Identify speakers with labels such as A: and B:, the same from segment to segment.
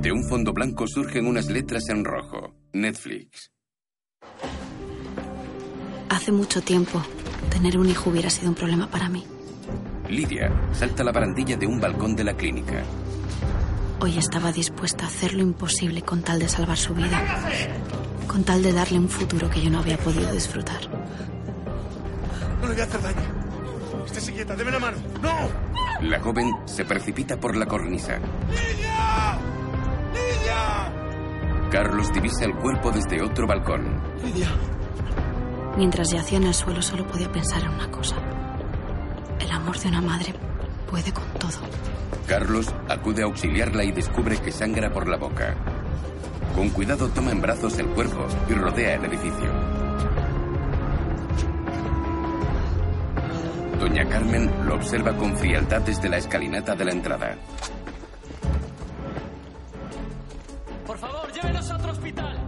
A: De un fondo blanco surgen unas letras en rojo. Netflix.
B: Hace mucho tiempo, tener un hijo hubiera sido un problema para mí.
A: Lidia salta la barandilla de un balcón de la clínica.
B: Hoy estaba dispuesta a hacer lo imposible con tal de salvar su vida. Con tal de darle un futuro que yo no había podido disfrutar.
C: No le voy a hacer daño. Estése quieta, deme la mano. ¡No!
A: La joven se precipita por la cornisa.
C: ¡Lidia! ¡Lidia!
A: Carlos divisa el cuerpo desde otro balcón.
C: ¡Lidia!
B: Mientras yacía en el suelo solo podía pensar en una cosa. El amor de una madre puede con todo.
A: Carlos acude a auxiliarla y descubre que sangra por la boca. Con cuidado toma en brazos el cuerpo y rodea el edificio. Doña Carmen lo observa con frialdad desde la escalinata de la entrada.
D: Por favor, llévenos a otro hospital.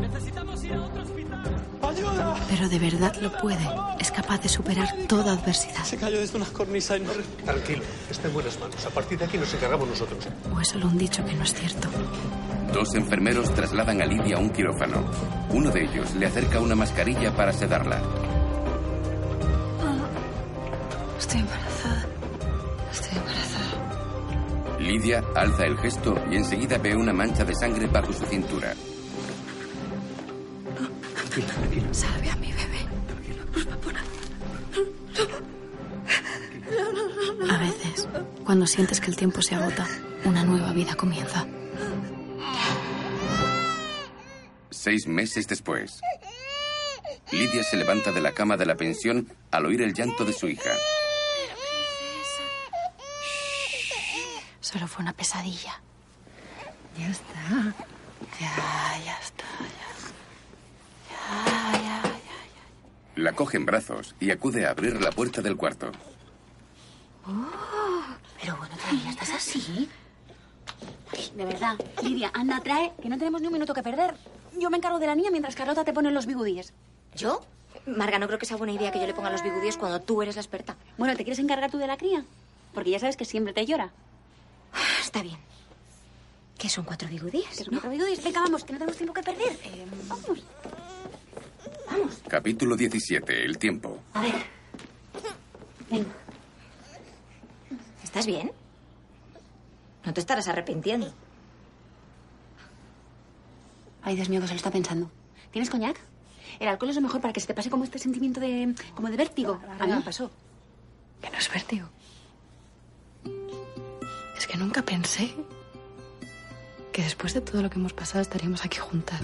D: Necesitamos ir a otro hospital.
C: ¡Ayuda!
B: Pero de verdad lo puede. Es capaz de superar toda adversidad.
C: Se cayó desde una cornisa y no...
E: Tranquilo, está en buenas manos. A partir de aquí nos encargamos nosotros.
B: O es solo un dicho que no es cierto.
A: Dos enfermeros trasladan a Lidia a un quirófano. Uno de ellos le acerca una mascarilla para sedarla.
B: Estoy embarazada. Estoy embarazada.
A: Lidia alza el gesto y enseguida ve una mancha de sangre bajo su cintura.
E: Tranquila, tranquila.
B: Salve a mi bebé. A veces, cuando sientes que el tiempo se agota, una nueva vida comienza.
A: Seis meses después, Lidia se levanta de la cama de la pensión al oír el llanto de su hija.
B: Solo fue una pesadilla.
F: Ya está.
B: Ya, ya está, ya. Ya, ya, ya.
A: La coge en brazos y acude a abrir la puerta del cuarto.
F: Oh. Pero bueno, todavía estás así. Ay, De verdad, Lidia, anda, trae, que no tenemos ni un minuto que perder. Yo me encargo de la niña mientras Carlota te pone los bigudíes.
G: ¿Yo? Marga, no creo que sea buena idea que yo le ponga los bigudíes cuando tú eres la experta.
F: Bueno, ¿te quieres encargar tú de la cría? Porque ya sabes que siempre te llora.
G: Ah, Está bien. ¿Qué son cuatro
F: Que
G: bigudíes? Eh,
F: son cuatro bigudíes. Venga, vamos, que no tenemos tiempo que perder. Vamos.
A: Capítulo 17. El tiempo.
F: A ver. Venga.
G: ¿Estás bien? No te estarás arrepintiendo.
F: Ay, Dios mío, que se lo está pensando. ¿Tienes coñac? El alcohol es lo mejor para que se te pase como este sentimiento de... como de vértigo. A mí me pasó.
B: Que no es vértigo. Es que nunca pensé que después de todo lo que hemos pasado estaríamos aquí juntas.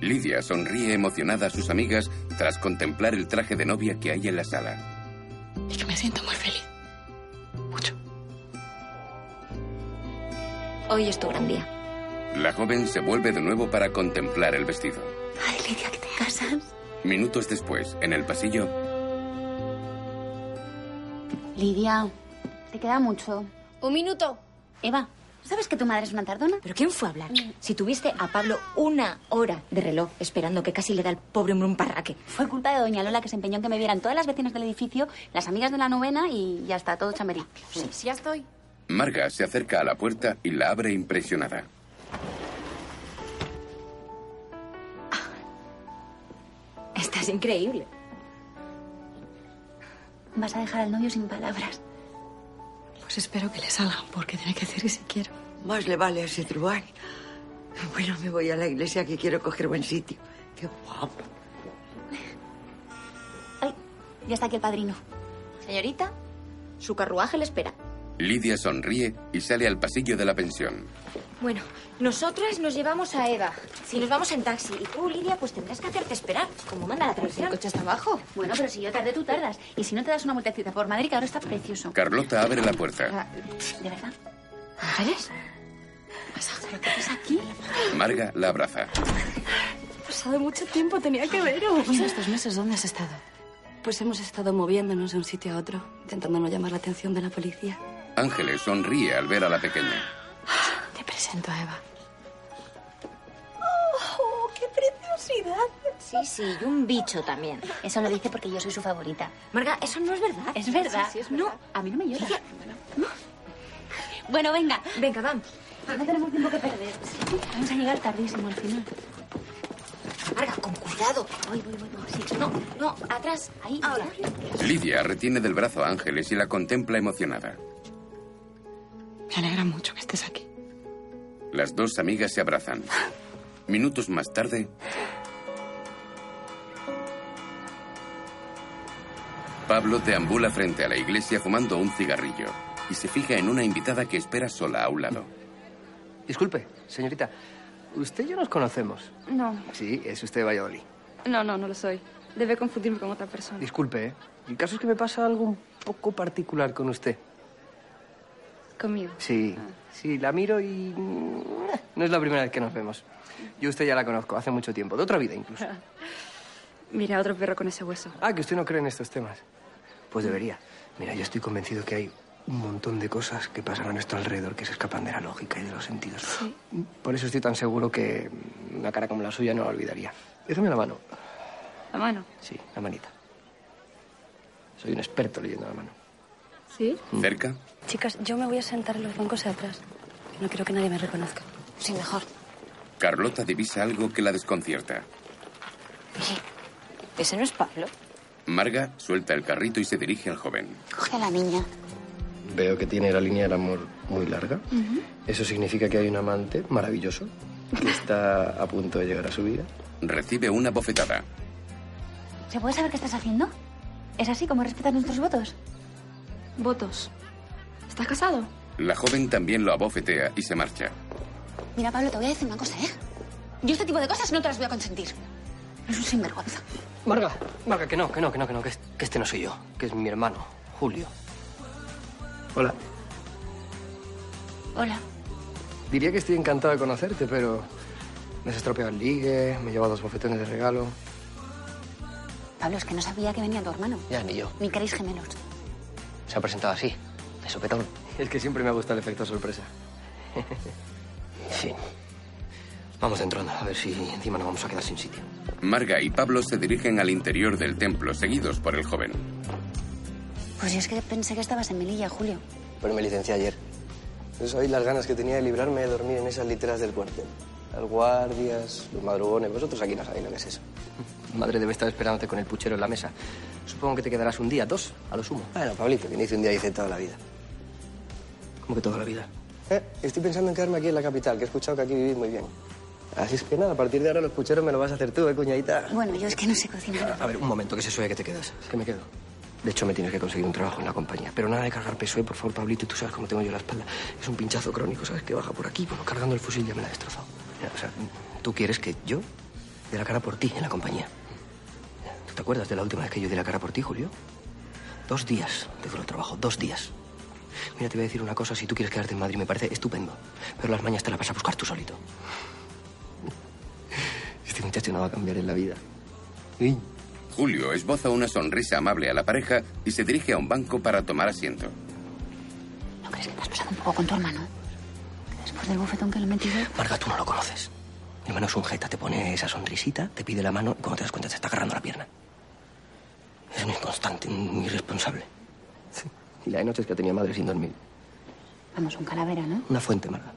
A: Lidia sonríe emocionada a sus amigas tras contemplar el traje de novia que hay en la sala.
B: Y que me siento muy feliz. Mucho.
G: Hoy es tu gran día.
A: La joven se vuelve de nuevo para contemplar el vestido.
G: Ay, Lidia, que te casas.
A: Minutos después, en el pasillo,
F: Lidia, te queda mucho.
G: Un minuto.
F: Eva, ¿sabes que tu madre es una tardona?
G: ¿Pero quién fue a hablar? Si tuviste a Pablo una hora de reloj esperando que casi le da el pobre hombre un parraque.
F: Fue culpa de Doña Lola que se empeñó en que me vieran todas las vecinas del edificio, las amigas de la novena y ya está, todo chamberí. Sí.
G: ya estoy.
A: Marga se acerca a la puerta y la abre impresionada.
G: Estás increíble.
F: Vas a dejar al novio sin palabras.
B: Pues espero que le salga, porque tiene que decir que sí quiero.
H: Más le vale a ese truán. Bueno, me voy a la iglesia que quiero coger buen sitio. Qué guapo.
F: Ay, ya está aquí el padrino.
G: Señorita, su carruaje le espera.
A: Lidia sonríe y sale al pasillo de la pensión.
G: Bueno, nosotras nos llevamos a Eva. Si nos vamos en taxi y tú, Lidia, pues tendrás que hacerte esperar. Como manda la tradición. El coche está abajo.
F: Bueno, pero si yo tardé, tú tardas. Y si no te das una vueltecita por Madrid, que ahora está precioso.
A: Carlota abre la
F: O
G: Ah,
A: puerta.
F: sea, ¿De verdad?
G: ¿Ángeles?
F: ¿Pero qué haces aquí?
A: Marga la abraza.
B: Ha pasado mucho tiempo, tenía que veros. ¿Y estos meses dónde has estado? Pues hemos estado moviéndonos de un sitio a otro, intentando no llamar la atención de la policía.
A: Ángeles sonríe al ver a la pequeña.
B: Te presento a Eva.
G: Oh, Sí, sí, y un bicho también.
F: Eso lo dice porque yo soy su favorita.
G: Marga, eso no es verdad.
F: Es verdad.
G: No.
F: No, a mí no me llora. Bueno, venga. Ah,
G: Venga, vamos.
F: No tenemos tiempo que perder. Vamos a llegar tardísimo al final.
G: Marga, con cuidado.
F: Voy, voy, voy. voy. Sí,
G: No, no, atrás.
F: ahí.
G: Ahora.
A: Lidia retiene del brazo a Ángeles y la contempla emocionada.
I: Me alegra mucho que estés aquí.
A: Las dos amigas se abrazan. Minutos más tarde, Pablo deambula frente a la iglesia fumando un cigarrillo y se fija en una invitada que espera sola a un lado.
J: Disculpe, señorita. Usted y yo nos conocemos.
B: No,
J: Sí, es usted de Valladolid.
B: no, no, no lo soy. Debe confundirme con otra persona.
J: Disculpe, ¿eh? El caso es que me pasa algo un poco particular con usted.
B: Conmigo.
J: Sí, sí, la miro y... mm, No es la primera vez que nos vemos. Yo a usted ya la conozco, hace mucho tiempo, de otra vida incluso.
B: Mira, otro perro con ese hueso.
J: Ah, que usted no cree en estos temas. Pues debería. Mira, yo estoy convencido que hay un montón de cosas que pasan a nuestro alrededor que se escapan de la lógica y de los sentidos. Mm, Por eso estoy tan seguro que una cara como la suya no la olvidaría. Déjame la mano.
B: La mano.
J: Sí, la manita. Soy un experto leyendo la mano.
I: ¿Sí?
J: Mm.
A: Cerca,
I: Chicas, yo me voy a sentar en los bancos de atrás. No quiero que nadie me reconozca.
G: Sí, mejor.
A: Carlota divisa algo que la desconcierta.
G: Oye, ¿ese no es Pablo?
A: Marga suelta el carrito y se dirige al joven.
G: Coge a la niña.
J: Veo que tiene la línea del amor muy larga. Eso significa que hay un amante maravilloso que está a punto de llegar a su vida.
A: Recibe una bofetada.
F: ¿Se puede saber qué estás haciendo? ¿Es así como respetas nuestros votos?
B: Votos. ¿Estás casado?
A: La joven también lo abofetea y se marcha.
G: Mira, Pablo, te voy a decir una cosa, ¿eh? Yo este tipo de cosas no te las voy a consentir. Es un sinvergüenza.
J: Marga, Marga, que no, que no, que no, que no, que, es- que este no soy yo, que es mi hermano, Julio. Hola.
G: Hola.
J: Diría que estoy encantado de conocerte, pero me has estropeado el ligue, me he llevado dos bofetones de regalo.
F: Pablo, es que no sabía que venía tu hermano.
J: Ya, ni yo.
F: Ni queréis gemelos.
J: Se ha presentado así, de sopetón. Es que siempre me gusta el efecto sorpresa. en fin. Vamos dentro, anda, a ver si encima nos vamos a quedar sin sitio.
A: Marga y Pablo se dirigen al interior del templo, seguidos por el joven.
F: Pues yo es que pensé que estabas en Melilla, Julio.
J: Pero me licencié ayer. No sabéis las ganas que tenía de librarme de dormir en esas literas del cuartel. Las guardias, los madrugones, vosotros aquí no sabéis lo que es eso. Madre debe estar esperándote con el puchero en la mesa. Supongo que te quedarás un día, dos, a lo sumo. Bueno, Pablito, quien dice un día dice toda la vida. ¿Cómo que toda la vida? estoy pensando en quedarme aquí en la capital, que he escuchado que aquí vivís muy bien. Así es que nada, a partir de ahora los pucheros me lo vas a hacer tú, ¿eh, cuñadita?
F: Bueno, yo es que no sé cocinar.
J: A ver, un momento, que se suele que te quedas. Que me quedo. De hecho, me tienes que conseguir un trabajo en la compañía. Pero nada de cargar peso, ¿eh? por favor, Pablito. Tú sabes cómo tengo yo la espalda. Es un pinchazo crónico, ¿sabes? Que baja por aquí. Bueno, cargando el fusil ya me la he destrozado. Ya, o sea, tú quieres que yo dé la cara por ti en la compañía. ¿Tú te acuerdas de la última vez que yo di la cara por ti, Julio? Dos días te duró el trabajo, dos días. Mira, te voy a decir una cosa. Si tú quieres quedarte en Madrid, me parece estupendo. Pero las mañas te las vas a buscar tú solito. Este muchacho no va a cambiar en la vida. Uy.
A: Julio esboza una sonrisa amable a la pareja y se dirige a un banco para tomar asiento.
F: ¿No crees que te has pasado un poco con tu hermano? Que Después del bofetón que le he metido.
J: Marga, tú no lo conoces. Mi hermano es un jeta, te pone esa sonrisita, te pide la mano y cuando te das cuenta te está agarrando la pierna. Es un inconstante, un irresponsable. Y la de noches que tenía madre sin dormir.
F: Vamos, un calavera, ¿no?
J: Una fuente, Marga.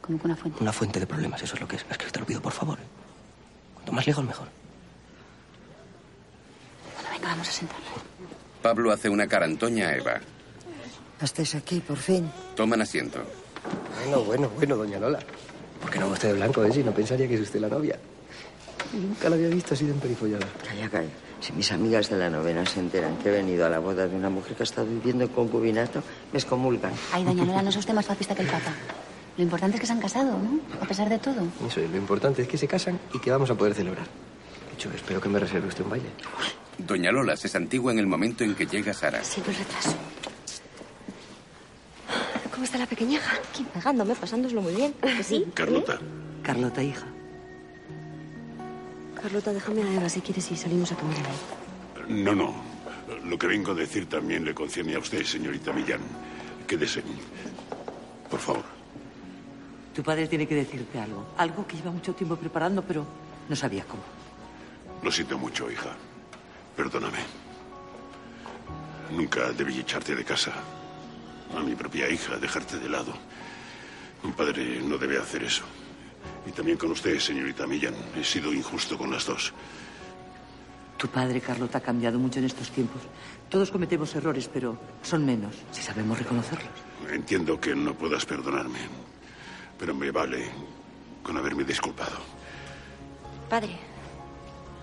F: Como que una fuente.
J: Una fuente de problemas, eso es lo que es. Es que te lo pido, por favor. Cuanto más lejos, mejor.
F: Bueno, venga, vamos a sentarnos.
A: Pablo hace una carantoña a Eva.
H: Estáis aquí, por fin.
A: Toman asiento.
J: Bueno, bueno, bueno, doña Lola. ¿Por qué no va usted de blanco, eh? Si no pensaría que es usted la novia. Nunca la había visto así de emperifollada.
H: Calla, calla. Si mis amigas de la novena se enteran que he venido a la boda de una mujer que ha estado viviendo en concubinato, me excomulgan.
F: Ay, doña Lola, no es usted más papista que el papa. Lo importante es que se han casado, ¿no? A pesar de todo.
J: Eso es, lo importante es que se casan y que vamos a poder celebrar. De hecho, espero que me reserve usted un baile.
A: Doña Lola se santigua en el momento en que llega Sara.
G: Siento el retraso. ¿Cómo está la pequeñaja? Aquí pegándome, pasándoslo muy bien. ¿Que sí?
K: Carlota.
H: Carlota, hija.
G: Carlota, déjame a Eva si quieres y salimos a comer ahí.
K: No, no. Lo que vengo a decir también le concierne a usted, señorita Millán. Quédese. Por favor.
L: Tu padre tiene que decirte algo. Algo que lleva mucho tiempo preparando, pero no sabía cómo.
K: Lo siento mucho, hija. Perdóname. Nunca debí echarte de casa. a mi propia hija, dejarte de lado. Un padre no debe hacer eso. Y también con usted, señorita Millán. He sido injusto con las dos.
L: Tu padre, Carlota, ha cambiado mucho en estos tiempos. Todos cometemos errores, pero son menos si sabemos reconocerlos.
K: Entiendo que no puedas perdonarme, pero me vale con haberme disculpado.
G: Padre,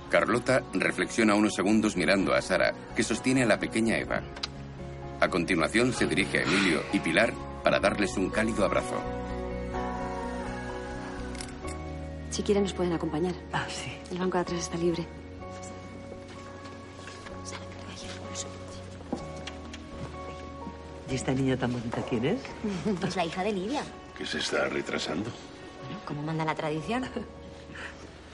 A: Carlota reflexiona unos segundos mirando a Sara, que sostiene a la pequeña Eva. A continuación se dirige a Emilio y Pilar para darles un cálido abrazo.
E: Si quieren, nos pueden acompañar.
L: Ah, sí.
E: El banco de atrás está libre.
L: ¿Y esta niña tan bonita quién es?
G: es la hija de Lidia.
K: ¿Que se está retrasando?
G: Bueno, como manda la tradición.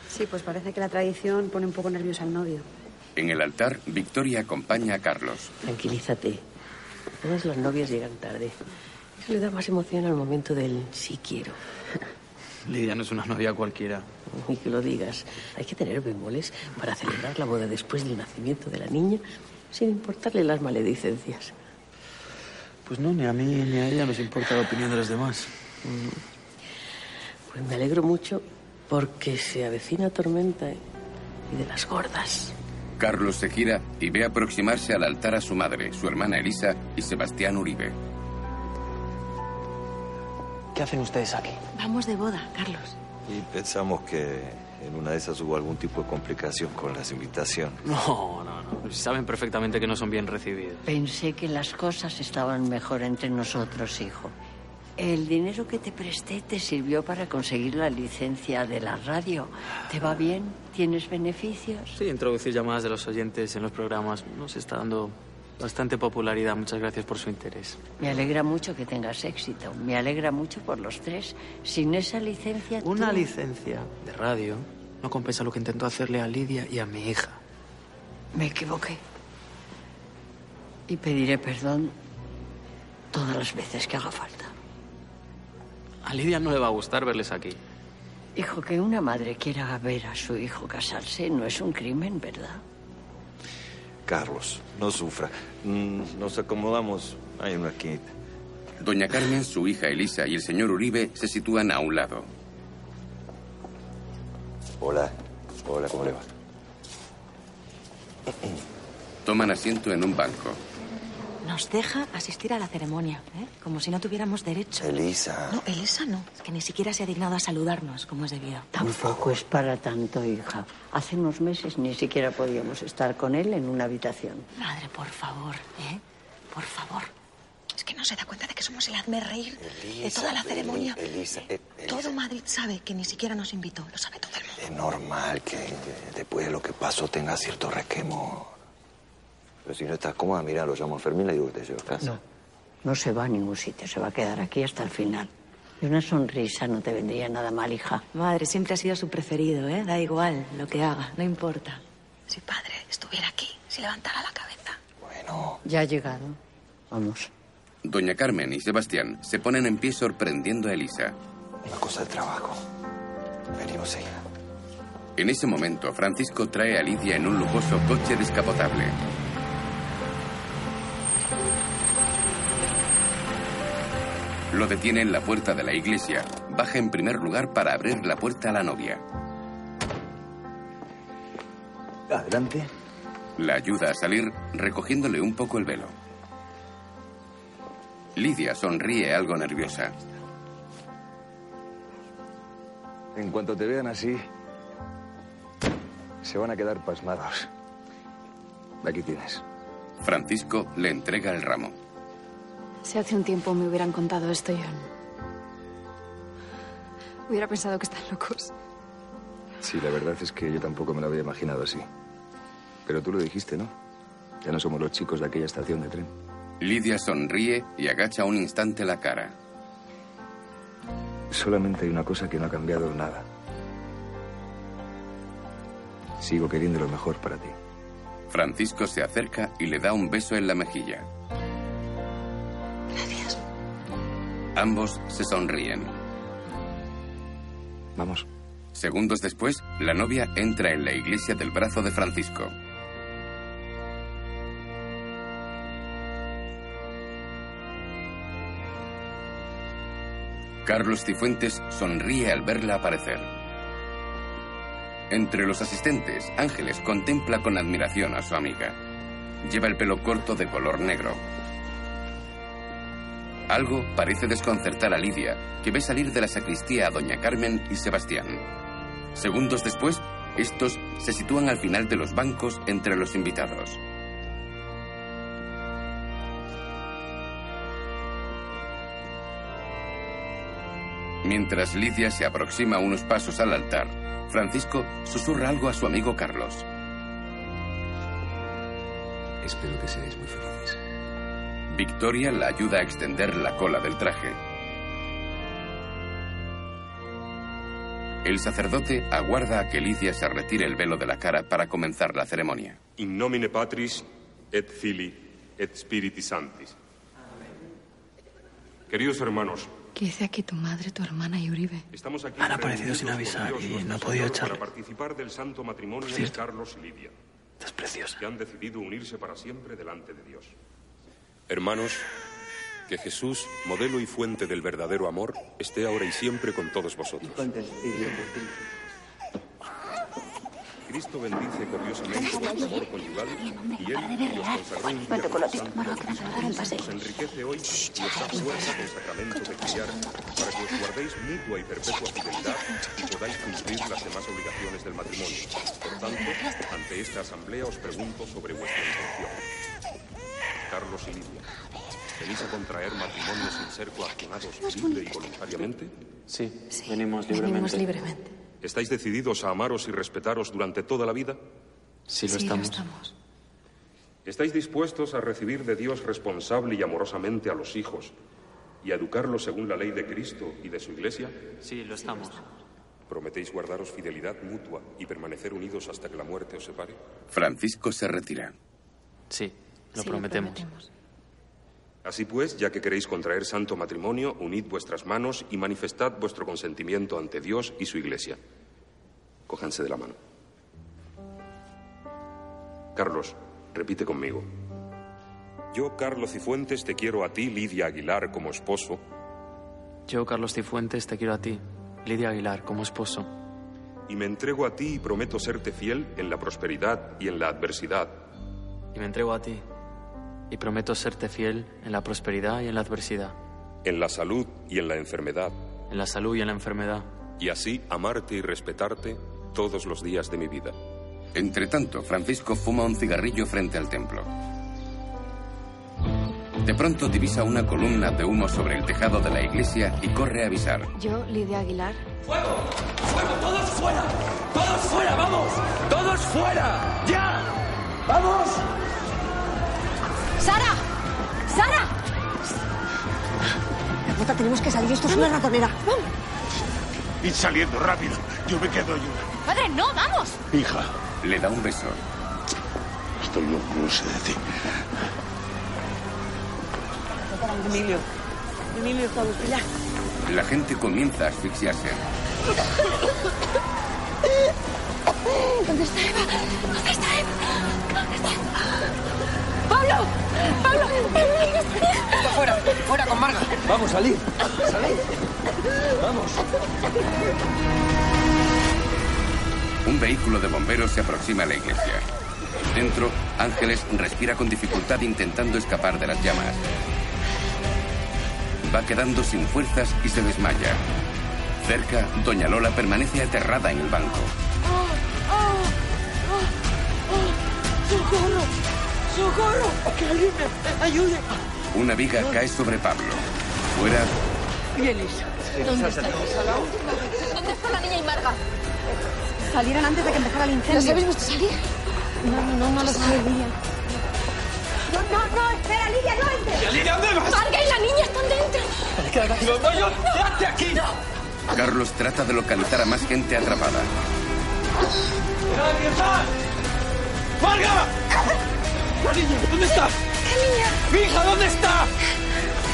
E: Sí, pues parece que la tradición pone un poco nervioso al novio.
A: En el altar, Victoria acompaña a Carlos.
M: Tranquilízate. Todos los novios llegan tarde. Eso le da más emoción al momento del sí quiero.
D: Lidia no es una novia cualquiera.
M: Y que lo digas. Hay que tener bemoles para celebrar la boda después del nacimiento de la niña sin importarle las maledicencias.
D: Pues no, ni a mí ni a ella nos importa la opinión de los demás.
M: Pues me alegro mucho porque se avecina tormenta ¿eh? y de las gordas.
A: Carlos se gira y ve aproximarse al altar a su madre, su hermana Elisa y Sebastián Uribe.
J: ¿Qué hacen ustedes aquí?
E: Vamos de boda, Carlos.
N: Y pensamos que en una de esas hubo algún tipo de complicación con las invitaciones.
D: No, no, no. Saben perfectamente que no son bien recibidos.
O: Pensé que las cosas estaban mejor entre nosotros, hijo. El dinero que te presté te sirvió para conseguir la licencia de la radio. ¿Te va bien? ¿Tienes beneficios?
D: Sí, introducir llamadas de los oyentes en los programas nos está dando bastante popularidad. Muchas gracias por su interés.
O: Me alegra mucho que tengas éxito. Me alegra mucho por los tres. Sin esa licencia... tú-
D: Una licencia de radio no compensa lo que intentó hacerle a Lidia y a mi hija.
O: Me equivoqué. Y pediré perdón todas las veces que haga falta.
D: A Lidia no le va a gustar verles aquí.
O: Hijo, que una madre quiera ver a su hijo casarse no es un crimen, ¿verdad?
N: Carlos, no sufra. Mm, Nos acomodamos. Hay una quinta.
A: Doña Carmen, su hija Elisa y el señor Uribe se sitúan a un lado.
N: Hola. Hola, ¿cómo le va?
A: Toman asiento en un banco.
E: Nos deja asistir a la ceremonia, ¿eh? como si no tuviéramos derecho.
N: Elisa.
E: No, Elisa no. Es que ni siquiera se ha dignado a saludarnos como es debido.
O: Tampoco es para tanto, hija. Hace unos meses ni siquiera podíamos estar con él en una habitación.
E: Madre, por favor, ¿eh? Por favor. Es que no se da cuenta de que somos el hazme reír de toda la ceremonia.
N: Elisa, es,
E: Todo Madrid sabe que ni siquiera nos invitó, lo sabe todo el mundo.
N: normal que después de lo que pasó tenga cierto requemo. Pero si no estás cómoda, mira, lo llamo a Fermín y le digo que te llevo a casa.
O: No. No se va a ningún sitio, se va a quedar aquí hasta el final. Y una sonrisa no te vendría nada mal, hija.
E: Madre, siempre ha sido su preferido, ¿eh? Da igual lo que haga, no importa.
F: Si padre estuviera aquí, si levantara la cabeza.
O: Ya ha llegado. Vamos.
A: Doña Carmen y Sebastián se ponen en pie sorprendiendo a Elisa.
N: Una cosa de trabajo. Venimos ella.
A: En ese momento, Francisco trae a Lidia en un lujoso coche descapotable. Lo detiene en la puerta de la iglesia. Baja en primer lugar para abrir la puerta a la novia.
N: Adelante.
A: La ayuda a salir recogiéndole un poco el velo. Lidia sonríe algo nerviosa.
N: En cuanto te vean así, se van a quedar pasmados. Aquí tienes.
A: Francisco le entrega el ramo.
B: Si hace un tiempo me hubieran contado esto, yo hubiera pensado que están locos.
N: Sí, la verdad es que yo tampoco me lo había imaginado así. Pero tú lo dijiste, ¿no? Ya no somos los chicos de aquella estación de tren.
A: Lidia sonríe y agacha un instante la cara.
N: Solamente hay una cosa que no ha cambiado nada. Sigo queriendo lo mejor para ti.
A: Francisco se acerca y le da un beso en la mejilla.
E: Gracias.
A: Ambos se sonríen.
N: Vamos.
A: Segundos después, la novia entra en la iglesia del brazo de Francisco. Carlos Cifuentes sonríe al verla aparecer. Entre los asistentes, Ángeles contempla con admiración a su amiga. Lleva el pelo corto de color negro. Algo parece desconcertar a Lidia, que ve salir de la sacristía a Doña Carmen y Sebastián. Segundos después, estos se sitúan al final de los bancos entre los invitados. Mientras Lidia se aproxima unos pasos al altar, Francisco susurra algo a su amigo Carlos.
N: Espero que seáis muy felices.
A: Victoria la ayuda a extender la cola del traje. El sacerdote aguarda a que Lidia se retire el velo de la cara para comenzar la ceremonia.
P: In nomine Patris et Filii et Spiriti Sanctis. Queridos hermanos,
B: ¿Qué dice aquí tu madre, tu hermana y Uribe?
P: estamos aquí
D: Han aparecido sin
P: reunidos por
D: avisar
P: Dios
D: y
P: nuestro
D: no he podido
P: Señor
D: echarle.
P: para participar del santo matrimonio
D: Por
P: de
D: cierto.
P: Carlos y Lidia.
D: Estás preciosa.
P: Que han decidido unirse para siempre delante de Dios. Hermanos, que Jesús, modelo y fuente del verdadero amor, esté ahora y siempre con todos vosotros. Cristo bendice copiosamente nuestro amor conyugal y él nos consagró un día como santos. Nos enriquece hoy y os da fuerza con sacramento de criar para que os guardéis mutua y perpetua fidelidad y podáis cumplir las demás obligaciones del matrimonio. Por tanto, ante esta asamblea os pregunto sobre vuestra intención. Carlos y Lidia, ¿venís a contraer matrimonio sin ser coaccionados libre y voluntariamente?
D: Sí, venimos libremente.
B: Venimos libremente.
P: ¿Estáis decididos a amaros y respetaros durante toda la vida?
D: Sí,
B: sí, lo estamos.
P: ¿Estáis dispuestos a recibir de Dios responsable y amorosamente a los hijos y a educarlos según la ley de Cristo y de su Iglesia?
D: Sí, lo estamos.
P: ¿Prometéis guardaros fidelidad mutua y permanecer unidos hasta que la muerte os separe?
A: Francisco se retira.
D: Sí,
P: lo Sí, lo prometemos. Así pues, ya que queréis contraer santo matrimonio, unid vuestras manos y manifestad vuestro consentimiento ante Dios y su Iglesia. Cójanse de la mano. Carlos, repite conmigo. Yo, Carlos Cifuentes, te quiero a ti, Lidia Aguilar, como esposo,
D: Yo, Carlos Cifuentes, te quiero a ti. Lidia Aguilar, como esposo.
P: y me entrego a ti y prometo serte fiel en la prosperidad y en la adversidad,
D: Y me entrego a ti. Y prometo serte fiel en la prosperidad y en la adversidad.
P: en la salud y en la enfermedad,
D: En la salud y en la enfermedad.
P: y así amarte y respetarte todos los días de mi vida.
A: Entre tanto, Francisco fuma un cigarrillo frente al templo. De pronto divisa una columna de humo sobre el tejado de la iglesia y corre a avisar.
B: Yo, Lidia Aguilar,
Q: ¡Fuego! ¡Todos fuera! ¡Todos fuera! ¡Vamos! ¡Todos fuera! ¡Ya! ¡Vamos!
E: ¡Sara! ¡Sara! Carlota, tenemos que salir. Esto es una ratonera.
K: Y saliendo rápido. Yo me quedo yo.
E: ¡Padre, no! ¡Vamos!
K: Hija.
A: Le da un beso.
K: Esto no, no sé de ti.
L: Emilio. Emilio, estamos ya.
A: La gente comienza a asfixiarse.
E: ¿Dónde está Eva? ¿Dónde está Eva? ¿Dónde está Eva? ¡Pablo! ¡Pablo! ¡Está fuera! ¡Fuera con Marga!
J: Vamos, salid. Salid. Vamos.
A: Un vehículo de bomberos se aproxima a la iglesia. Dentro, Ángeles respira con dificultad intentando escapar de las llamas. Va quedando sin fuerzas y se desmaya. Cerca, Doña Lola permanece aterrada en el banco.
Q: ¡Socorro! ¡Socorro! ¡Que alguien me ayude!
A: Una viga cae sobre Pablo. Fuera,
E: ¿Y Elisa? ¿Dónde está Elisa? ¿Dónde está la niña y Marga? Salieron antes de que empezara el incendio.
B: ¿Los habéis
E: visto salir? No, no, no, no los sabía. No, no, no, espera, Lidia, no entres.
Q: Lidia, ¿dónde vas?
E: Marga y la niña están dentro.
Q: ¡Los doy! ¡Date aquí!
A: Carlos trata de localizar a más gente atrapada.
Q: ¡Nadie más! ¡Marga! ¡La niña! ¿Dónde está?
E: ¿Qué niña?
Q: ¡Mi hija, ¿dónde está?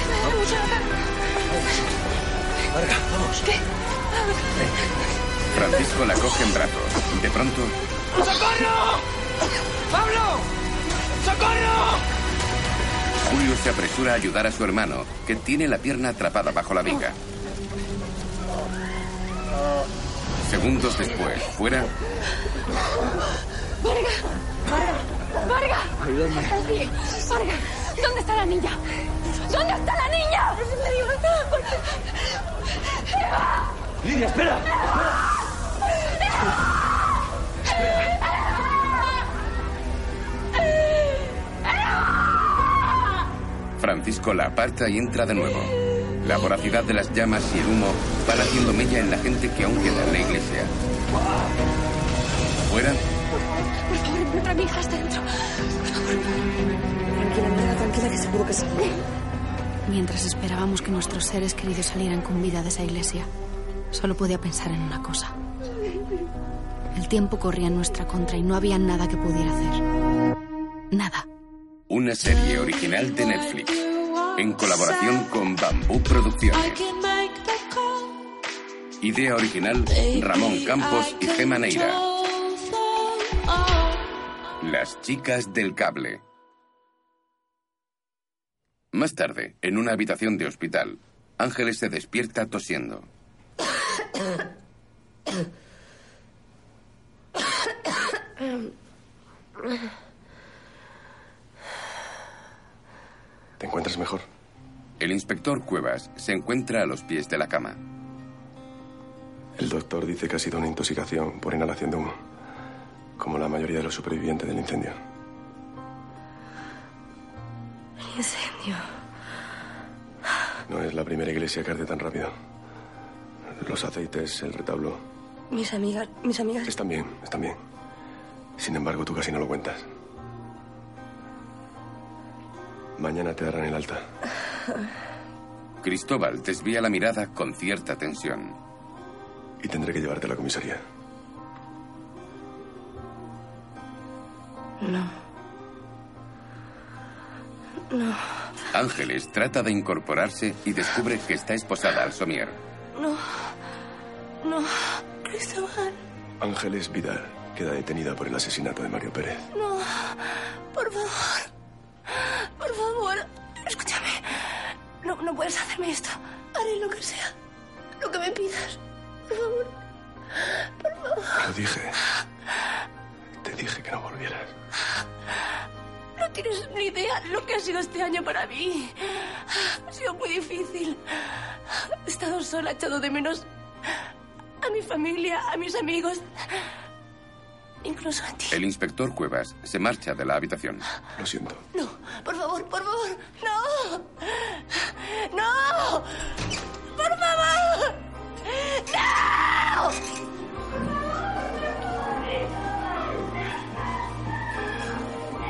E: Me da mucho la cara.
A: Marga,
E: vamos. ¿Qué?
A: Francisco la coge en brazos. De pronto,
Q: ¡Socorro! ¡Pablo! ¡Socorro!
A: Julio se apresura a ayudar a su hermano, que tiene la pierna atrapada bajo la viga. Segundos después, fuera,
E: ¡Varga! ¡Varga! ¡Varga!
A: Ayúdame.
E: ¿Estás bien? ¡Varga! ¿Dónde está la niña? ¿Dónde está la niña? ¡Eva!
Q: Lidia, espera.
A: Francisco la aparta y entra de nuevo. La voracidad de las llamas y el humo van haciendo mella en la gente que aún queda en la iglesia. Fuera,
E: Por favor, encuentra a mi hija, está dentro.
B: Tranquila, Marga, tranquila, que seguro que sale. Mientras esperábamos que nuestros seres queridos salieran con vida de esa iglesia, solo podía pensar en una cosa. El tiempo corría en nuestra contra y no había nada que pudiera hacer. Nada.
A: una serie original de Netflix, en colaboración con Bambú Producciones. Idea original, Ramón Campos y Gema Neira. Las chicas del cable. Más tarde, en una habitación de hospital, Ángeles se despierta tosiendo. ¿Te encuentras mejor? El inspector Cuevas se encuentra a los pies de la cama.
C: El doctor dice que ha sido una intoxicación por inhalación de humo, como la mayoría de los supervivientes del incendio.
E: Incendio.
C: No es la primera iglesia que arde tan rápido. Los aceites, el retablo,
I: Mis amigas, mis amigas.
C: están bien, están bien. Sin embargo, tú casi no lo cuentas.
A: Mañana te darán el alta. Cristóbal desvía la mirada con cierta tensión. Y tendré que llevarte a la comisaría.
I: No. No,
A: Ángeles trata de incorporarse y descubre que está esposada al somier.
I: no. No. Cristóbal,
C: Ángeles Vidal queda detenida por el asesinato de Mario Pérez.
I: no. Por favor. Por favor. Escúchame. No, no puedes hacerme esto. Haré lo que sea. Lo que me pidas. Por favor. Por favor.
C: Lo dije. Te dije que no volvieras.
I: No tienes ni idea lo que ha sido este año para mí. Ha sido muy difícil. He estado sola, he echado de menos a mi familia, a mis amigos, incluso a ti.
A: El inspector Cuevas se marcha de la habitación. Lo siento.
I: No, por favor, por favor, no. No. Por favor. No.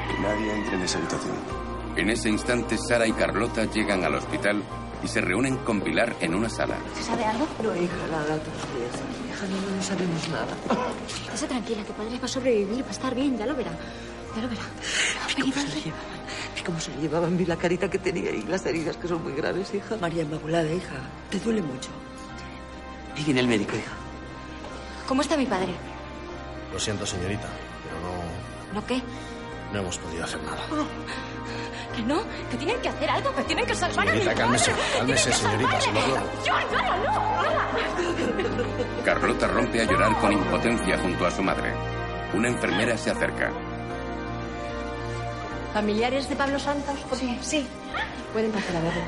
C: Que nadie entre en esa habitación.
A: En ese instante, Sara y Carlota llegan al hospital y se reúnen con Pilar en una sala.
F: ¿Se sabe algo?
O: No, hija, nada, todos días aquí. Hija, no, no sabemos nada.
F: Estate tranquila, tu padre va a sobrevivir, va a estar bien, ya lo verá. Ya lo verá. Vení, padre.
O: ¿Y cómo se lo llevaban? Vi la carita que tenía y las heridas que son muy graves, hija. María Inmaculada, hija, te duele mucho.
J: Y viene el médico, hija.
F: ¿Cómo está mi padre?
R: Lo siento, señorita, pero no,
F: ¿No qué?
R: no hemos podido hacer nada.
F: Que no, que tienen que hacer algo, que tienen que salvar a mi
R: Señorita,
F: padre.
R: cálmese,
F: Tienen
R: cálmese,
F: que
R: señorita, se lo
F: salvarle.
R: ruego.
F: John, Clara, no, Clara.
A: Carlota rompe a llorar con impotencia junto a su madre. Una enfermera se acerca.
S: ¿Familiares de Pablo Santos? Sí, sí. Pueden pasar a verlo.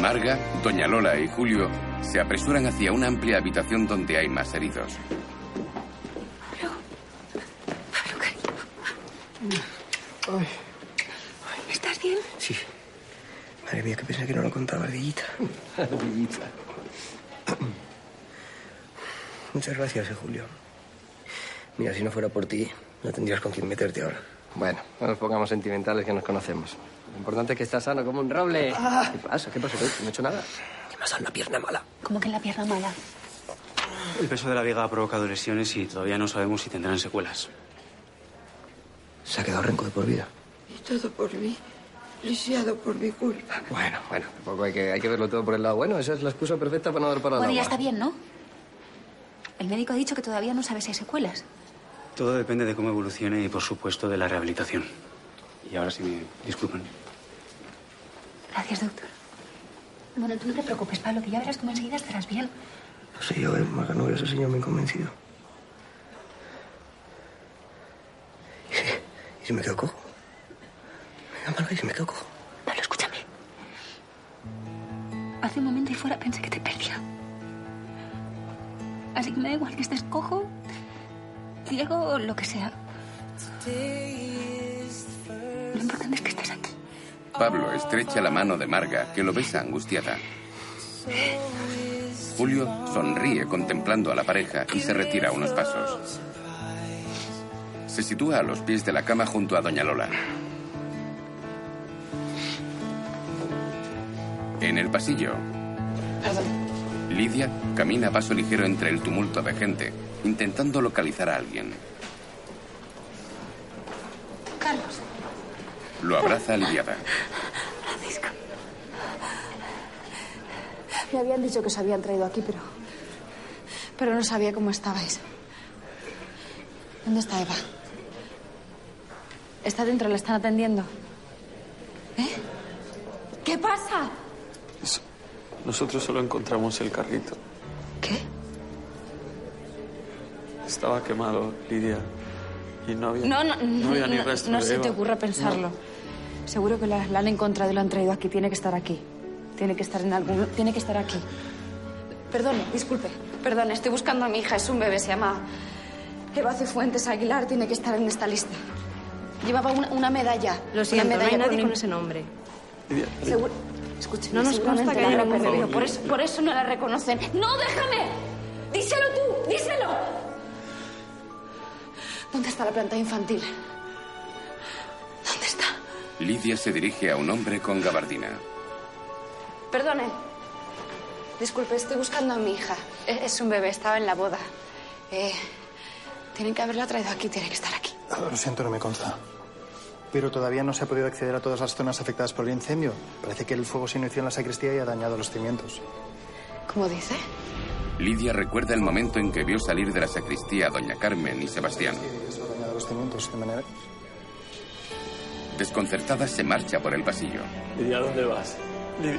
A: Marga, Doña Lola y Julio se apresuran hacia una amplia habitación donde hay más heridos.
J: Ay,
I: ¿Estás bien?
J: sí. Madre mía, que pensé que no lo contaba, Villita. Villita. Muchas gracias, eh, Julio. Mira, si no fuera por ti, no tendrías con quién meterte ahora. Bueno, no nos pongamos sentimentales que nos conocemos. Lo importante es que estás sano como un roble. ¿Qué pasa? ¿Qué pasa? No he hecho nada. ¿Qué pasa en la pierna mala?
F: ¿Cómo que en la pierna mala?
D: El peso de la viga ha provocado lesiones y todavía no sabemos si tendrán secuelas.
J: Se ha quedado renco de por vida.
H: Y todo por mí, lisiado por mi culpa.
J: Bueno, bueno, tampoco hay que, hay que verlo todo por el lado bueno. Esa es la excusa perfecta para no dar para
F: Bueno, ya
J: nada.
F: está bien, ¿no? El médico ha dicho que todavía no sabe si hay secuelas.
D: Todo depende de cómo evolucione y, por supuesto, de la rehabilitación. Y ahora sí me disculpan.
F: Gracias, doctor. Bueno, tú no te preocupes, Pablo, que ya verás cómo enseguida estarás bien.
J: No sé yo, ¿eh? Marganovia, ese señor me ha convencido. ¿Y si, y si me quedo cojo? Venga, Marga, ¿y si me quedo cojo?
F: Pablo, escúchame. Hace un momento y fuera pensé que te perdía. Así que me da igual que estés cojo, ciego o lo que sea. Lo importante es que estés aquí.
A: Pablo estrecha la mano de Marga, que lo besa angustiada. Julio sonríe contemplando a la pareja y se retira unos pasos. Se sitúa a los pies de la cama junto a Doña Lola. En el pasillo, Lidia camina a paso ligero entre el tumulto de gente, intentando localizar a alguien.
F: Carlos,
A: Lo abraza aliviada.
B: Me habían dicho que os habían traído aquí, pero. Pero no sabía cómo estabais. ¿Dónde está Eva? Está dentro, la están atendiendo. ¿Eh? ¿Qué pasa?
S: Nosotros solo encontramos el carrito.
B: ¿Qué?
S: Estaba quemado, Lidia. Y no había,
B: No, no, no,
S: había ni
B: no,
S: resto
B: no
S: de
B: se te
S: Eva.
B: ocurra pensarlo. Seguro que la, la han encontrado y la han traído aquí. Tiene que estar aquí. Tiene que estar en algún... Tiene que estar aquí. Perdone, disculpe. Perdone, estoy buscando a mi hija. Es un bebé, se llama... Eva Cifuentes Aguilar tiene que estar en esta lista. Llevaba una, una medalla.
I: Lo siento,
B: una
I: no
B: medalla
I: hay nadie
B: el-
I: con ese nombre.
S: Lidia,
B: Seguro... Escuchen,
I: No nos consta que haya una
B: la han
I: mujer.
B: perdido. Por eso, por eso no la reconocen. ¡No, déjame! ¡Díselo tú! ¡Díselo! ¿Dónde está la planta infantil? ¿Dónde está?
A: Lidia se dirige a un hombre con gabardina.
B: Perdone. Disculpe, estoy buscando a mi hija. E- Es un bebé, estaba en la boda. Eh, tienen que haberla traído aquí, tiene que estar aquí.
T: Lo siento, no me consta. Pero todavía no se ha podido acceder a todas las zonas afectadas por el incendio. Parece que el fuego se inició en la sacristía y ha dañado los cimientos.
B: ¿Cómo dice?
A: Lidia recuerda el momento en que vio salir de la sacristía a Doña Carmen y Sebastián.
T: Eh, Eso ha dañado los cimientos de manera...
A: Desconcertada se marcha por el pasillo.
S: Lidia, ¿a dónde vas? Lidia.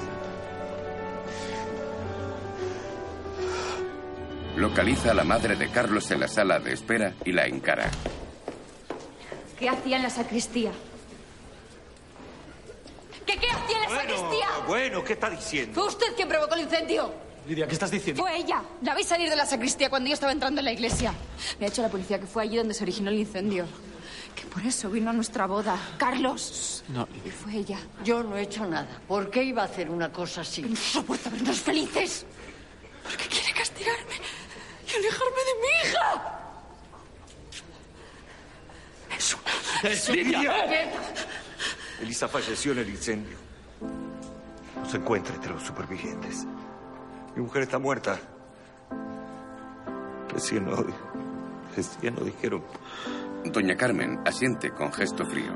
A: Localiza a la madre de Carlos en la sala de espera y la encara.
B: ¿Qué hacía en la sacristía?
U: ¿Qué, qué hacía en la sacristía?
N: Ah,
E: Bueno, ¿qué está diciendo?
U: ¿Fue usted quien provocó el incendio?
E: Lidia, ¿qué estás diciendo?
U: Fue ella. La vi salir de la sacristía cuando yo estaba entrando en la iglesia. Me ha hecho la policía que fue allí donde se originó el incendio. Que por eso vino a nuestra boda. Carlos.
S: No,
U: Y fue ella.
O: Yo no he hecho nada. ¿Por qué iba a hacer una cosa así? No
U: soporto vernos felices. ¿Por qué quiere castigarme y alejarme de mi hija?
E: Es una... Lidia!
U: Ven.
N: Elisa falleció en el incendio. No se encuentra entre los supervivientes. Mi mujer está muerta.
A: Recién hoy. Recién lo dijeron. Doña Carmen asiente con gesto frío.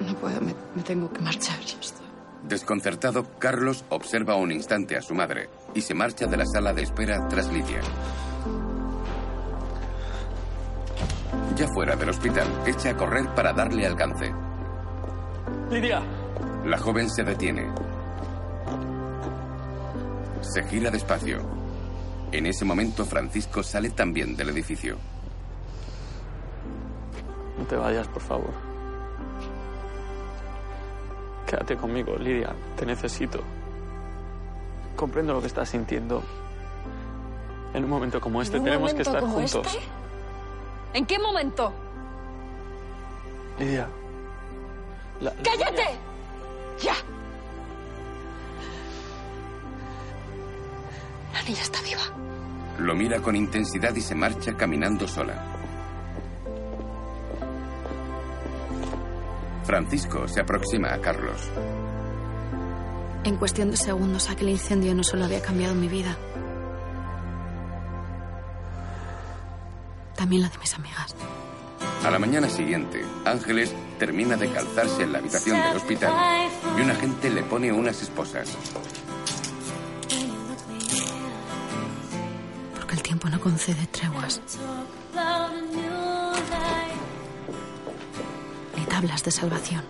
U: No puedo, me, me tengo que marchar. Ya
S: este
U: está.
A: Desconcertado, Carlos observa un instante a su madre y se marcha de la sala de espera tras Lidia. Ya fuera del hospital, echa a correr para darle alcance.
S: Lidia.
A: La joven se detiene. Se gira despacio. En ese momento, Francisco sale también del edificio.
S: No te vayas, por favor. Quédate conmigo, Lidia. Te necesito. Comprendo lo que estás sintiendo. En un momento como este
U: ¿En un
S: tenemos que
U: momento
S: estar
U: como
S: juntos.
U: este? ¿En qué momento?
B: este?
S: Lidia. La- la-
U: ¡Cállate! ¡Ya! La niña está viva.
A: Lo mira con intensidad y se marcha caminando sola. Francisco se aproxima a Carlos.
V: En cuestión de segundos, aquel incendio no solo había cambiado mi vida, también la de mis amigas.
A: A la mañana siguiente, Ángeles termina de calzarse en la habitación del hospital y un agente le pone unas esposas.
V: Porque el tiempo no concede treguas ni tablas de salvación.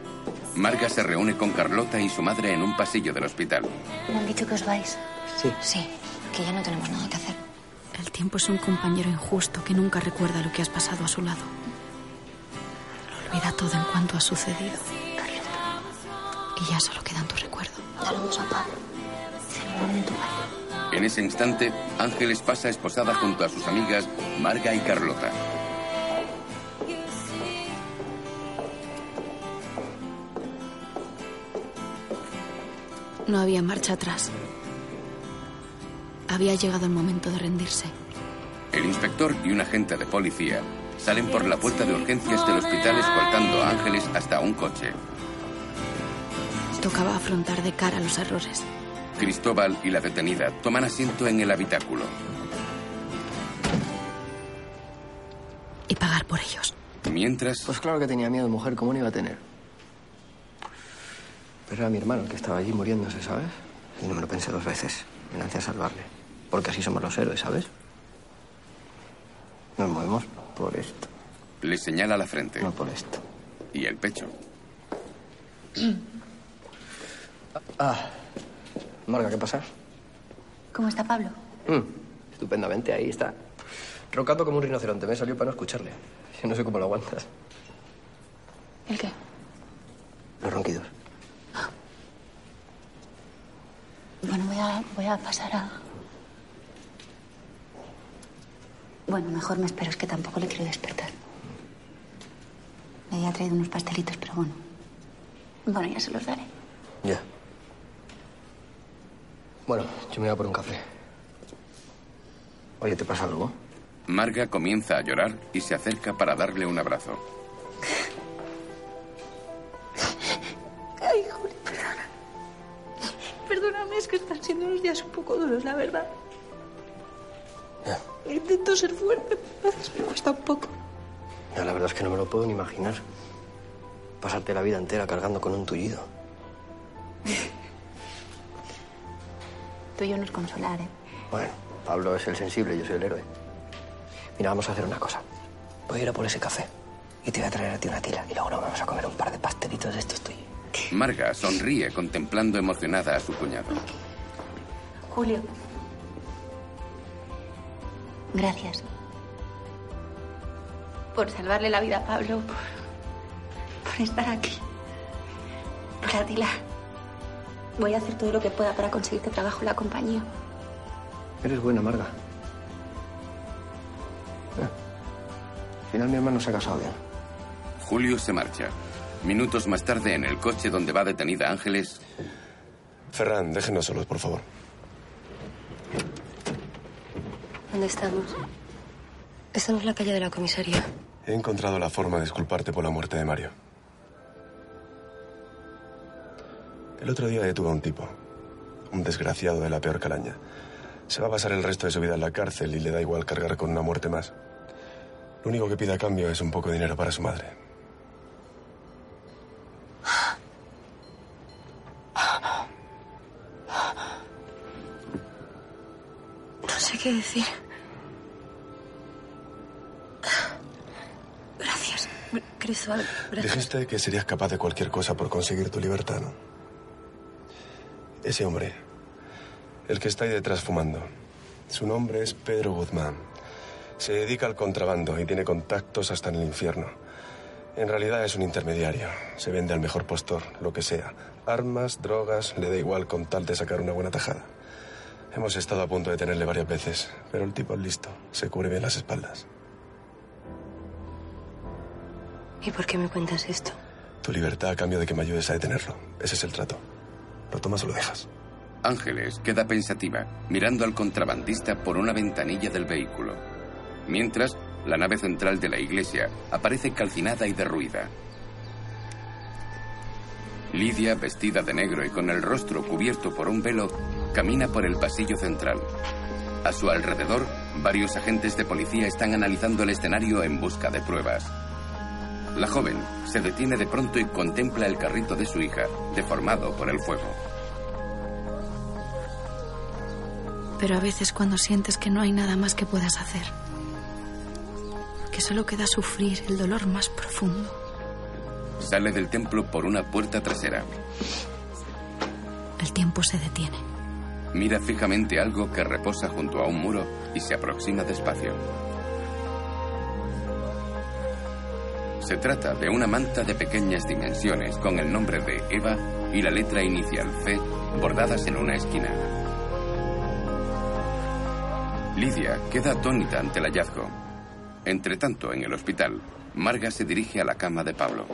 A: Marga se reúne con Carlota y su madre en un pasillo del hospital.
W: Me han dicho que os vais.
B: Sí.
W: Sí, que ya no tenemos nada que hacer.
B: El tiempo es un compañero injusto que nunca recuerda lo que has pasado a su lado. Lo olvida todo en cuanto ha sucedido. Y ya solo quedan tus recuerdos.
W: Dale un beso a Pablo. Dice, me muero de tu padre.
A: En ese instante, Ángeles pasa esposada junto a sus amigas Marga y Carlota.
B: No había marcha atrás. Había llegado el momento de rendirse.
A: El inspector y un agente de policía salen por la puerta de urgencias del hospital escoltando a Ángeles hasta un coche.
B: Tocaba afrontar de cara los errores.
A: Cristóbal y la detenida toman asiento en el habitáculo.
B: y pagar por ellos.
A: Mientras.
J: Pues claro que tenía miedo, mujer, ¿cómo no iba a tener? Pero era mi hermano el que estaba allí muriéndose, ¿sabes? Y no me lo pensé dos veces. Me lancé a salvarle. Porque así somos los héroes, ¿sabes? Nos movemos por esto.
A: Le señala la frente. No
J: por esto.
A: Y el pecho.
J: Ah, Marga, ¿qué pasa?
W: ¿Cómo está Pablo?
J: Mm, estupendamente, ahí está. Rocando como un rinoceronte, me salió para no escucharle. Yo no sé cómo lo aguantas.
W: ¿El qué?
J: Los ronquidos.
W: Bueno, voy a, voy a pasar a... Bueno, mejor me espero, es que tampoco le quiero despertar. Le había traído unos pastelitos, pero bueno. Bueno, ya se los daré.
J: Ya. Bueno, yo me voy a por un café. Oye, ¿te pasa algo?
A: Marga comienza a llorar y se acerca para darle un abrazo.
W: Ay, Juli, perdona. Perdóname, es que están siendo unos días un poco duros, la verdad. Intento ser fuerte, pero a veces me cuesta un poco.
J: Ya, la verdad es que no me lo puedo ni imaginar. Pasarte la vida entera cargando con un tullido.
W: Tú y yo nos consolaré.
J: Bueno, Pablo es el sensible, yo soy el héroe. Mira, vamos a hacer una cosa. Voy a ir a por ese café y te voy a traer a ti una tila y luego nos vamos a comer un par de pastelitos de estos tuyos.
A: Marga sonríe contemplando emocionada a su cuñado.
W: Julio. Gracias. Por salvarle la vida a Pablo, por, por estar aquí. Por Atila. Voy a hacer todo lo que pueda para conseguirte trabajo en la compañía.
J: Eres buena, Marga. Eh, Al final mi hermano se ha casado bien.
A: Julio se marcha. Minutos más tarde, en el coche donde va detenida Ángeles,
C: Ferran, déjenos solos, por favor.
W: ¿Dónde estamos? Estamos en la calle de la comisaría.
C: He encontrado la forma de disculparte por la muerte de Mario. El otro día detuve a un tipo, un desgraciado de la peor calaña. Se va a pasar el resto de su vida en la cárcel y le da igual cargar con una muerte más. Lo único que pide a cambio es un poco de dinero para su madre.
W: No sé qué decir. Gracias, Cristóbal.
C: Dijiste que serías capaz de cualquier cosa por conseguir tu libertad, ¿no? Ese hombre, el que está ahí detrás fumando, su nombre es Pedro Guzmán. Se dedica al contrabando y tiene contactos hasta en el infierno. En realidad es un intermediario. Se vende al mejor postor, lo que sea. Armas, drogas, le da igual con tal de sacar una buena tajada. Hemos estado a punto de tenerle varias veces, pero el tipo es listo. Se cubre bien las espaldas.
W: ¿Y por qué me cuentas esto?
C: Tu libertad a cambio de que me ayudes a detenerlo. Ese es el trato. ¿Lo tomas o lo dejas?
A: Ángeles queda pensativa, mirando al contrabandista por una ventanilla del vehículo. Mientras, la nave central de la iglesia aparece calcinada y derruida. Lidia, vestida de negro y con el rostro cubierto por un velo, camina por el pasillo central. A su alrededor, varios agentes de policía están analizando el escenario en busca de pruebas. La joven se detiene de pronto y contempla el carrito de su hija, deformado por el fuego.
B: Pero a veces cuando sientes que no hay nada más que puedas hacer, que solo queda sufrir el dolor más profundo,
A: Sale del templo por una puerta trasera.
B: El tiempo se detiene.
A: Mira fijamente algo que reposa junto a un muro y se aproxima despacio. Se trata de una manta de pequeñas dimensiones con el nombre de Eva y la letra inicial C bordadas en una esquina. Lidia queda atónita ante el hallazgo. Entre tanto, en el hospital, Marga se dirige a la cama de Pablo.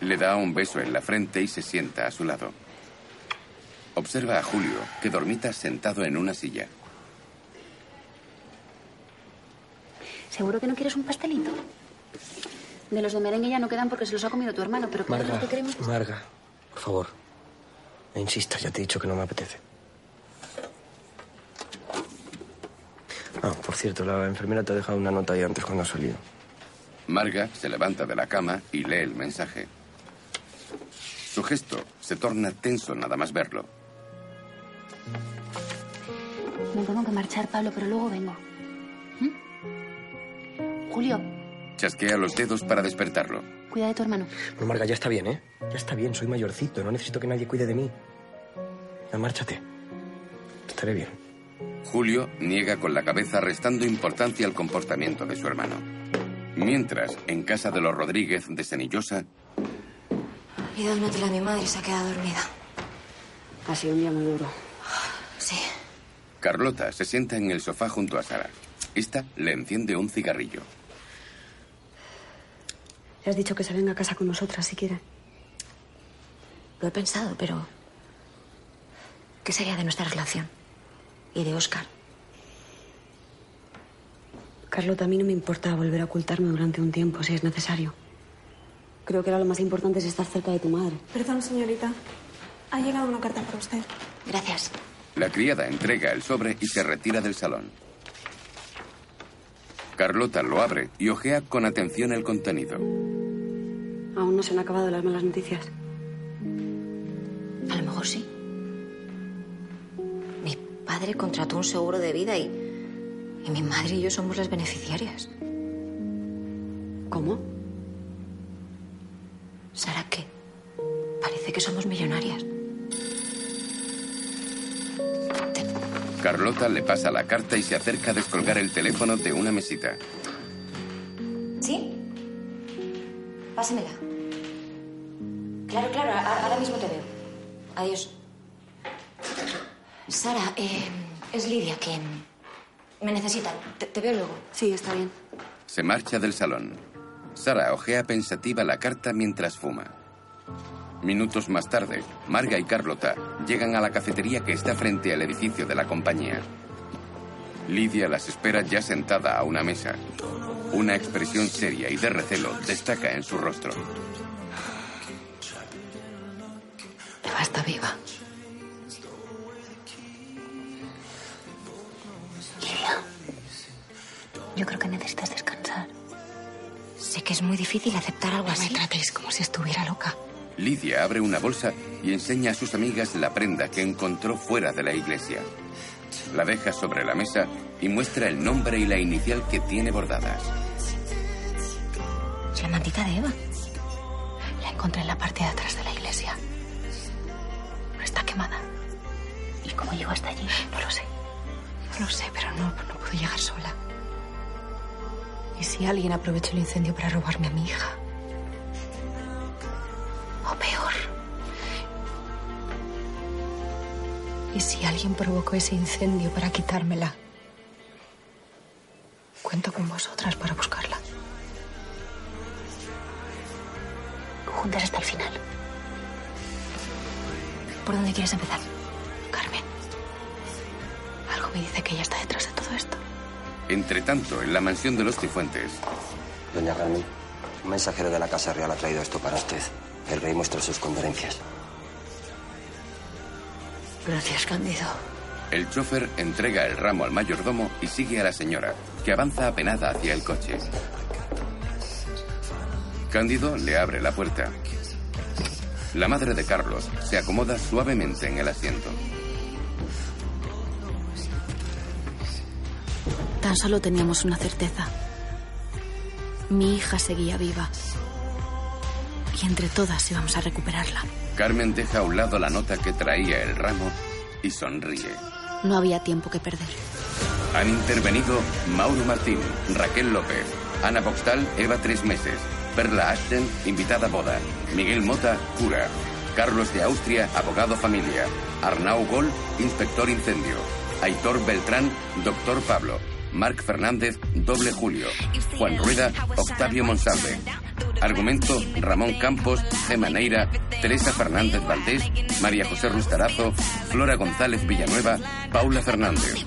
A: Le da un beso en la frente y se sienta a su lado. Observa a Julio, que dormita sentado en una silla.
F: ¿Seguro que no quieres un pastelito? De los de merengue ya no quedan porque se los ha comido tu hermano, pero ¿cómo
J: Marga,
F: que queremos?
J: Marga, por favor. No insistas, ya te he dicho que no me apetece. Ah, por cierto, la enfermera te ha dejado una nota ahí antes cuando has salido.
A: Marga se levanta de la cama y lee el mensaje. Su gesto se torna tenso nada más verlo.
F: Me tengo que marchar, Pablo, pero luego vengo. ¿Mm? Julio,
A: Chasquea los dedos para despertarlo.
F: cuida de tu hermano.
J: No, Marga, ya está bien, ¿eh? Ya está bien, soy mayorcito, no necesito que nadie cuide de mí. Ya márchate. Estaré bien.
A: Julio niega con la cabeza restando importancia al comportamiento de su hermano. Mientras, en casa de los Rodríguez de Senillosa,
G: He dado una tela a mi madre y se ha quedado dormida.
M: Ha sido un día muy duro.
G: Sí.
A: Carlota se sienta en el sofá junto a Sara. Esta le enciende un cigarrillo.
M: Le has dicho que se venga a casa con nosotras si quiere.
G: Lo he pensado, pero. ¿Qué sería de nuestra relación? Y de Oscar.
M: Carlota, a mí no me importa volver a ocultarme durante un tiempo si es necesario. Creo que ahora lo más importante es estar cerca de tu madre.
G: Perdón, señorita. Ha llegado una carta para usted. Gracias.
A: La criada entrega el sobre y se retira del salón. Carlota lo abre y ojea con atención el contenido.
M: Aún no se han acabado las malas noticias.
G: A lo mejor sí. Mi padre contrató un seguro de vida y. Y mi madre y yo somos las beneficiarias.
M: ¿Cómo?
G: ¿Sara qué? Parece que somos millonarias.
A: Carlota le pasa la carta y se acerca a descolgar el teléfono de una mesita.
G: ¿Sí? Pásamela. Claro, claro, a- ahora mismo te veo. Adiós. Sara, eh, es Lidia quien me necesita. Te, te veo luego.
M: Sí, está bien.
A: Se marcha del salón. Sara ojea pensativa la carta mientras fuma. Minutos más tarde, Marga y Carlota llegan a la cafetería que está frente al edificio de la compañía. Lidia las espera ya sentada a una mesa. Una expresión seria y de recelo destaca en su rostro.
G: Eva está viva. Lidia, yo creo que necesitas descansar. Sé que es muy difícil aceptar algo así. No me tratéis como si estuviera loca.
A: Lidia abre una bolsa y enseña a sus amigas la prenda que encontró fuera de la iglesia. La deja sobre la mesa y muestra el nombre y la inicial que tiene bordadas.
G: Es la mantita de Eva.
B: La encontré en la parte de atrás de la iglesia. Está quemada.
G: ¿Y cómo llegó hasta allí?
B: No lo sé. No lo sé, pero no, no pudo llegar sola. ¿Y si alguien aprovechó el incendio para robarme a mi hija? O peor. ¿Y si alguien provocó ese incendio para quitármela? Cuento con vosotras para buscarla.
G: Juntas hasta el final. ¿Por dónde quieres empezar?
B: Carmen. Algo me dice que ella está detrás de todo esto.
A: Entre tanto, en la mansión de los Cifuentes,
X: Doña Carmen, un mensajero de la Casa Real ha traído esto para usted. El rey muestra sus condolencias.
G: Gracias, Cándido.
A: el chofer entrega el ramo al mayordomo y sigue a la señora, que avanza apenada hacia el coche. Cándido le abre la puerta. La madre de Carlos se acomoda suavemente en el asiento.
B: Tan solo teníamos una certeza. Mi hija seguía viva. Y entre todas íbamos a recuperarla.
A: Carmen deja a un lado la nota que traía el ramo y sonríe.
B: No había tiempo que perder.
A: Han intervenido Mauro Martín, Raquel López, Ana Boxtal, Eva Tres Meses, Perla Ashton, invitada a boda, Miguel Mota, cura, Carlos de Austria, abogado familia, Arnau Gol, inspector incendio, Aitor Beltrán, doctor Pablo, Marc Fernández, doble Julio, Juan Rueda, Octavio Monsalve. Argumento, Ramón Campos, Gema Neira, Teresa Fernández Valdés, María José Rustarazo, Flora González Villanueva, Paula Fernández.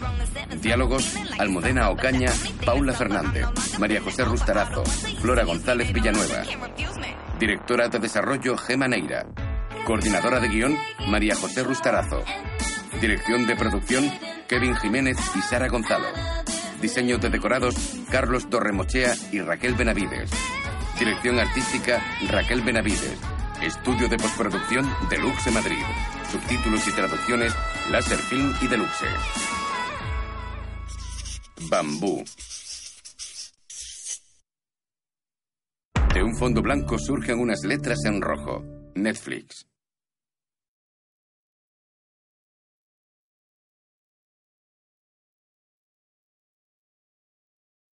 A: Diálogos, Almudena Ocaña, Paula Fernández, María José Rustarazo, Flora González Villanueva. Directora de Desarrollo, Gema Neira. Coordinadora de guión, María José Rustarazo. Dirección de producción, Kevin Jiménez y Sara Gonzalo. Diseño de decorados, Carlos Torremochea y Raquel Benavides. Dirección artística, Raquel Benavides. Estudio de postproducción, Deluxe Madrid. Subtítulos y traducciones, Láser Film y Deluxe. Bambú. De un fondo blanco surgen unas letras en rojo. Netflix.